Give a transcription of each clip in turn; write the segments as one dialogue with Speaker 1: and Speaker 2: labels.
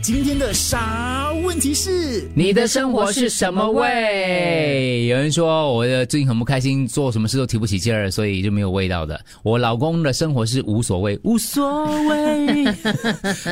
Speaker 1: 今天的啥问题是？
Speaker 2: 你的生活是什么味？有人说我的最近很不开心，做什么事都提不起劲儿，所以就没有味道的。我老公的生活是无所谓，无所 谓。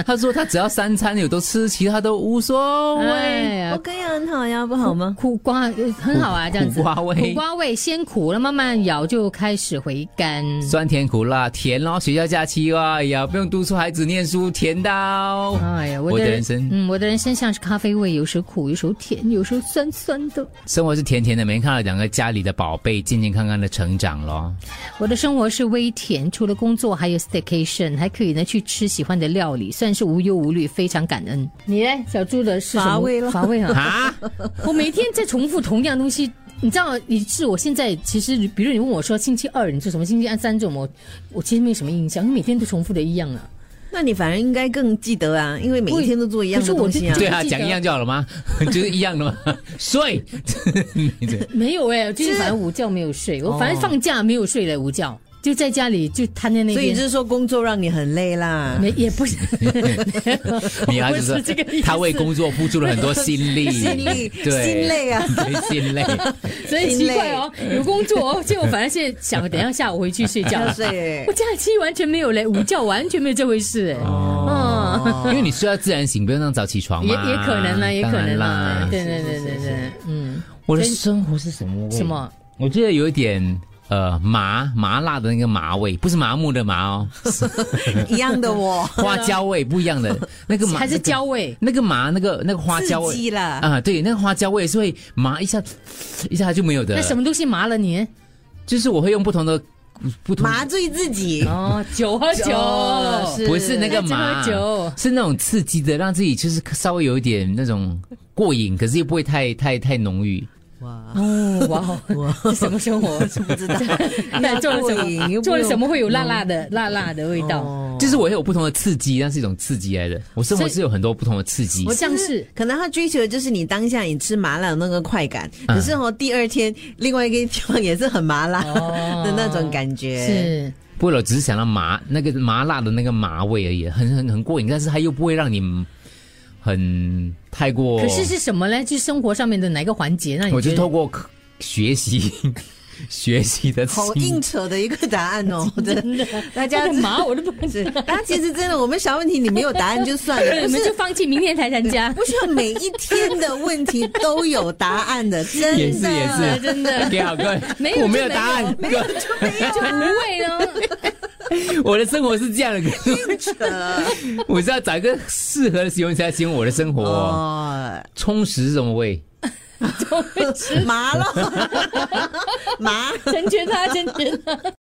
Speaker 2: 他说他只要三餐有都吃，其他都无所谓。
Speaker 3: 我
Speaker 4: 哎呀，
Speaker 3: 跟也很好呀，不好吗？
Speaker 4: 苦瓜呃很好啊，这样子。
Speaker 2: 苦瓜味
Speaker 4: 苦瓜味先苦了，慢慢咬就开始回甘。
Speaker 2: 酸甜苦辣甜咯，学校假期哇，哎呀，不用督促孩子念书，甜到。
Speaker 4: 哎呀，我
Speaker 2: 我
Speaker 4: 的
Speaker 2: 的人生
Speaker 4: 嗯，我的人生像是咖啡味，有时苦，有时候甜，有时候酸酸的。
Speaker 2: 生活是甜甜的，每天看到两个家里的宝贝健健康康的成长 咯。
Speaker 4: 我的生活是微甜，除了工作，还有 staycation，还可以呢去吃喜欢的料理，算是无忧无虑，非常感恩。你呢，小猪的是什么
Speaker 3: 乏味了
Speaker 4: 乏味啊！
Speaker 2: 啊，
Speaker 4: 我每天在重复同样东西。你知道，你是我现在其实，比如你问我说星期二你做什么，星期二三做什么，我其实没有什么印象，因为每天都重复的一样啊。
Speaker 3: 那你反而应该更记得啊，因为每一天都做一样的东西啊
Speaker 4: 不
Speaker 2: 对
Speaker 4: 是。
Speaker 2: 啊，
Speaker 4: 记得
Speaker 2: 讲一样就好了吗？ 就是一样的嘛。睡，对
Speaker 4: 没有哎、最近反正午觉没有睡，我反正放假没有睡了午觉，就在家里就瘫在那
Speaker 3: 所以就
Speaker 4: 边。
Speaker 3: 是说工作让你很累啦。
Speaker 4: 没也不是，
Speaker 2: 你儿
Speaker 4: 我
Speaker 2: 子
Speaker 4: 不
Speaker 2: 说
Speaker 4: 是这个意思
Speaker 2: 他为工作付出了很多心力，
Speaker 3: 心力
Speaker 2: 对，
Speaker 3: 心 累啊
Speaker 2: 对，心累。
Speaker 4: 所以奇怪哦，有工作哦，结果反正现在想，等一下下午回去睡觉
Speaker 3: 要。睡
Speaker 4: 我假期完全没有嘞，午觉完全没有这回事哎。哦，
Speaker 2: 因为你睡到自然醒，不用那么早起床
Speaker 4: 也
Speaker 2: 嘛。
Speaker 4: 也可能啦，啊也可
Speaker 2: 当然
Speaker 4: 能啦
Speaker 2: 啦。。
Speaker 4: 对对对对对，嗯，
Speaker 2: 我的生活是什么味？
Speaker 4: 什么？
Speaker 2: 我觉得有一点呃麻麻辣的那个麻味，不是麻木的麻 哦，是
Speaker 3: 一样的我
Speaker 2: 花椒味不一样 的那个麻
Speaker 4: 啊还是焦味。
Speaker 2: 那个麻那个那个花椒
Speaker 3: 刺激
Speaker 2: 味
Speaker 3: 啦
Speaker 2: 啊，对，那个花椒味是会麻一下，一下它就没有的。
Speaker 4: 那什么东西麻了你？
Speaker 2: 就是我会用不同的不同的
Speaker 3: 麻醉自己。
Speaker 4: 哦，酒喝酒，
Speaker 3: 哦
Speaker 2: 不是那个麻
Speaker 4: 那这么久，
Speaker 2: 是那种刺激的，让自己就是稍微有一点那种过瘾，可是又不会太太太浓郁。
Speaker 3: 哇，
Speaker 4: 哦，哇哦，这什么生 活？
Speaker 3: 不知道
Speaker 4: 那做了
Speaker 3: 过
Speaker 4: 什
Speaker 3: 瘾
Speaker 4: 么？
Speaker 3: 又不
Speaker 4: 做了
Speaker 3: 用
Speaker 4: 什么会有辣辣的、辣辣的味道？
Speaker 3: 哦
Speaker 2: 就是我会有不同的刺激，那是一种刺激来的。我生活
Speaker 4: 所以
Speaker 2: 是有很多不同的刺激
Speaker 4: 我，像是
Speaker 3: 可能他追求的就是你当下你吃麻辣的那个快感，
Speaker 4: 嗯
Speaker 3: 可是哦，第二天另外一个地方也是很麻辣
Speaker 4: 哦
Speaker 3: 的那种感觉。，
Speaker 4: 是
Speaker 2: 不了，只是想到麻那个麻辣的那个麻味而已，很很很过瘾，但是它又不会让你很太过。
Speaker 4: 可是是什么呢？就是生活上面的哪个环节让你
Speaker 2: 我就
Speaker 4: 觉
Speaker 2: 是
Speaker 4: 得
Speaker 2: 透过课学习 学习的心
Speaker 3: 好硬扯的一个答案哦， 真的，大家
Speaker 4: 那个麻我都不
Speaker 3: 是
Speaker 4: 知道，，
Speaker 3: 但其实真的，我们小问题你没有答案就算了，
Speaker 4: 你
Speaker 3: 不
Speaker 4: 们就是放弃明天才参 加。
Speaker 3: 不需要每一天的问题都有答案的，真的
Speaker 2: 也是也是，
Speaker 4: 真的
Speaker 2: 给好哥，
Speaker 4: 没有
Speaker 2: 我没
Speaker 4: 就
Speaker 2: 有
Speaker 4: 没
Speaker 2: 答案
Speaker 4: 有，啊
Speaker 2: 哥
Speaker 4: 就无味 呢，
Speaker 2: 我的生活是这样的，可是 我是要找一个适合的形容词来形容我的生活、
Speaker 3: 哦，
Speaker 2: 充实是什么味？
Speaker 3: 麻了，麻。
Speaker 4: 成全他，成全他。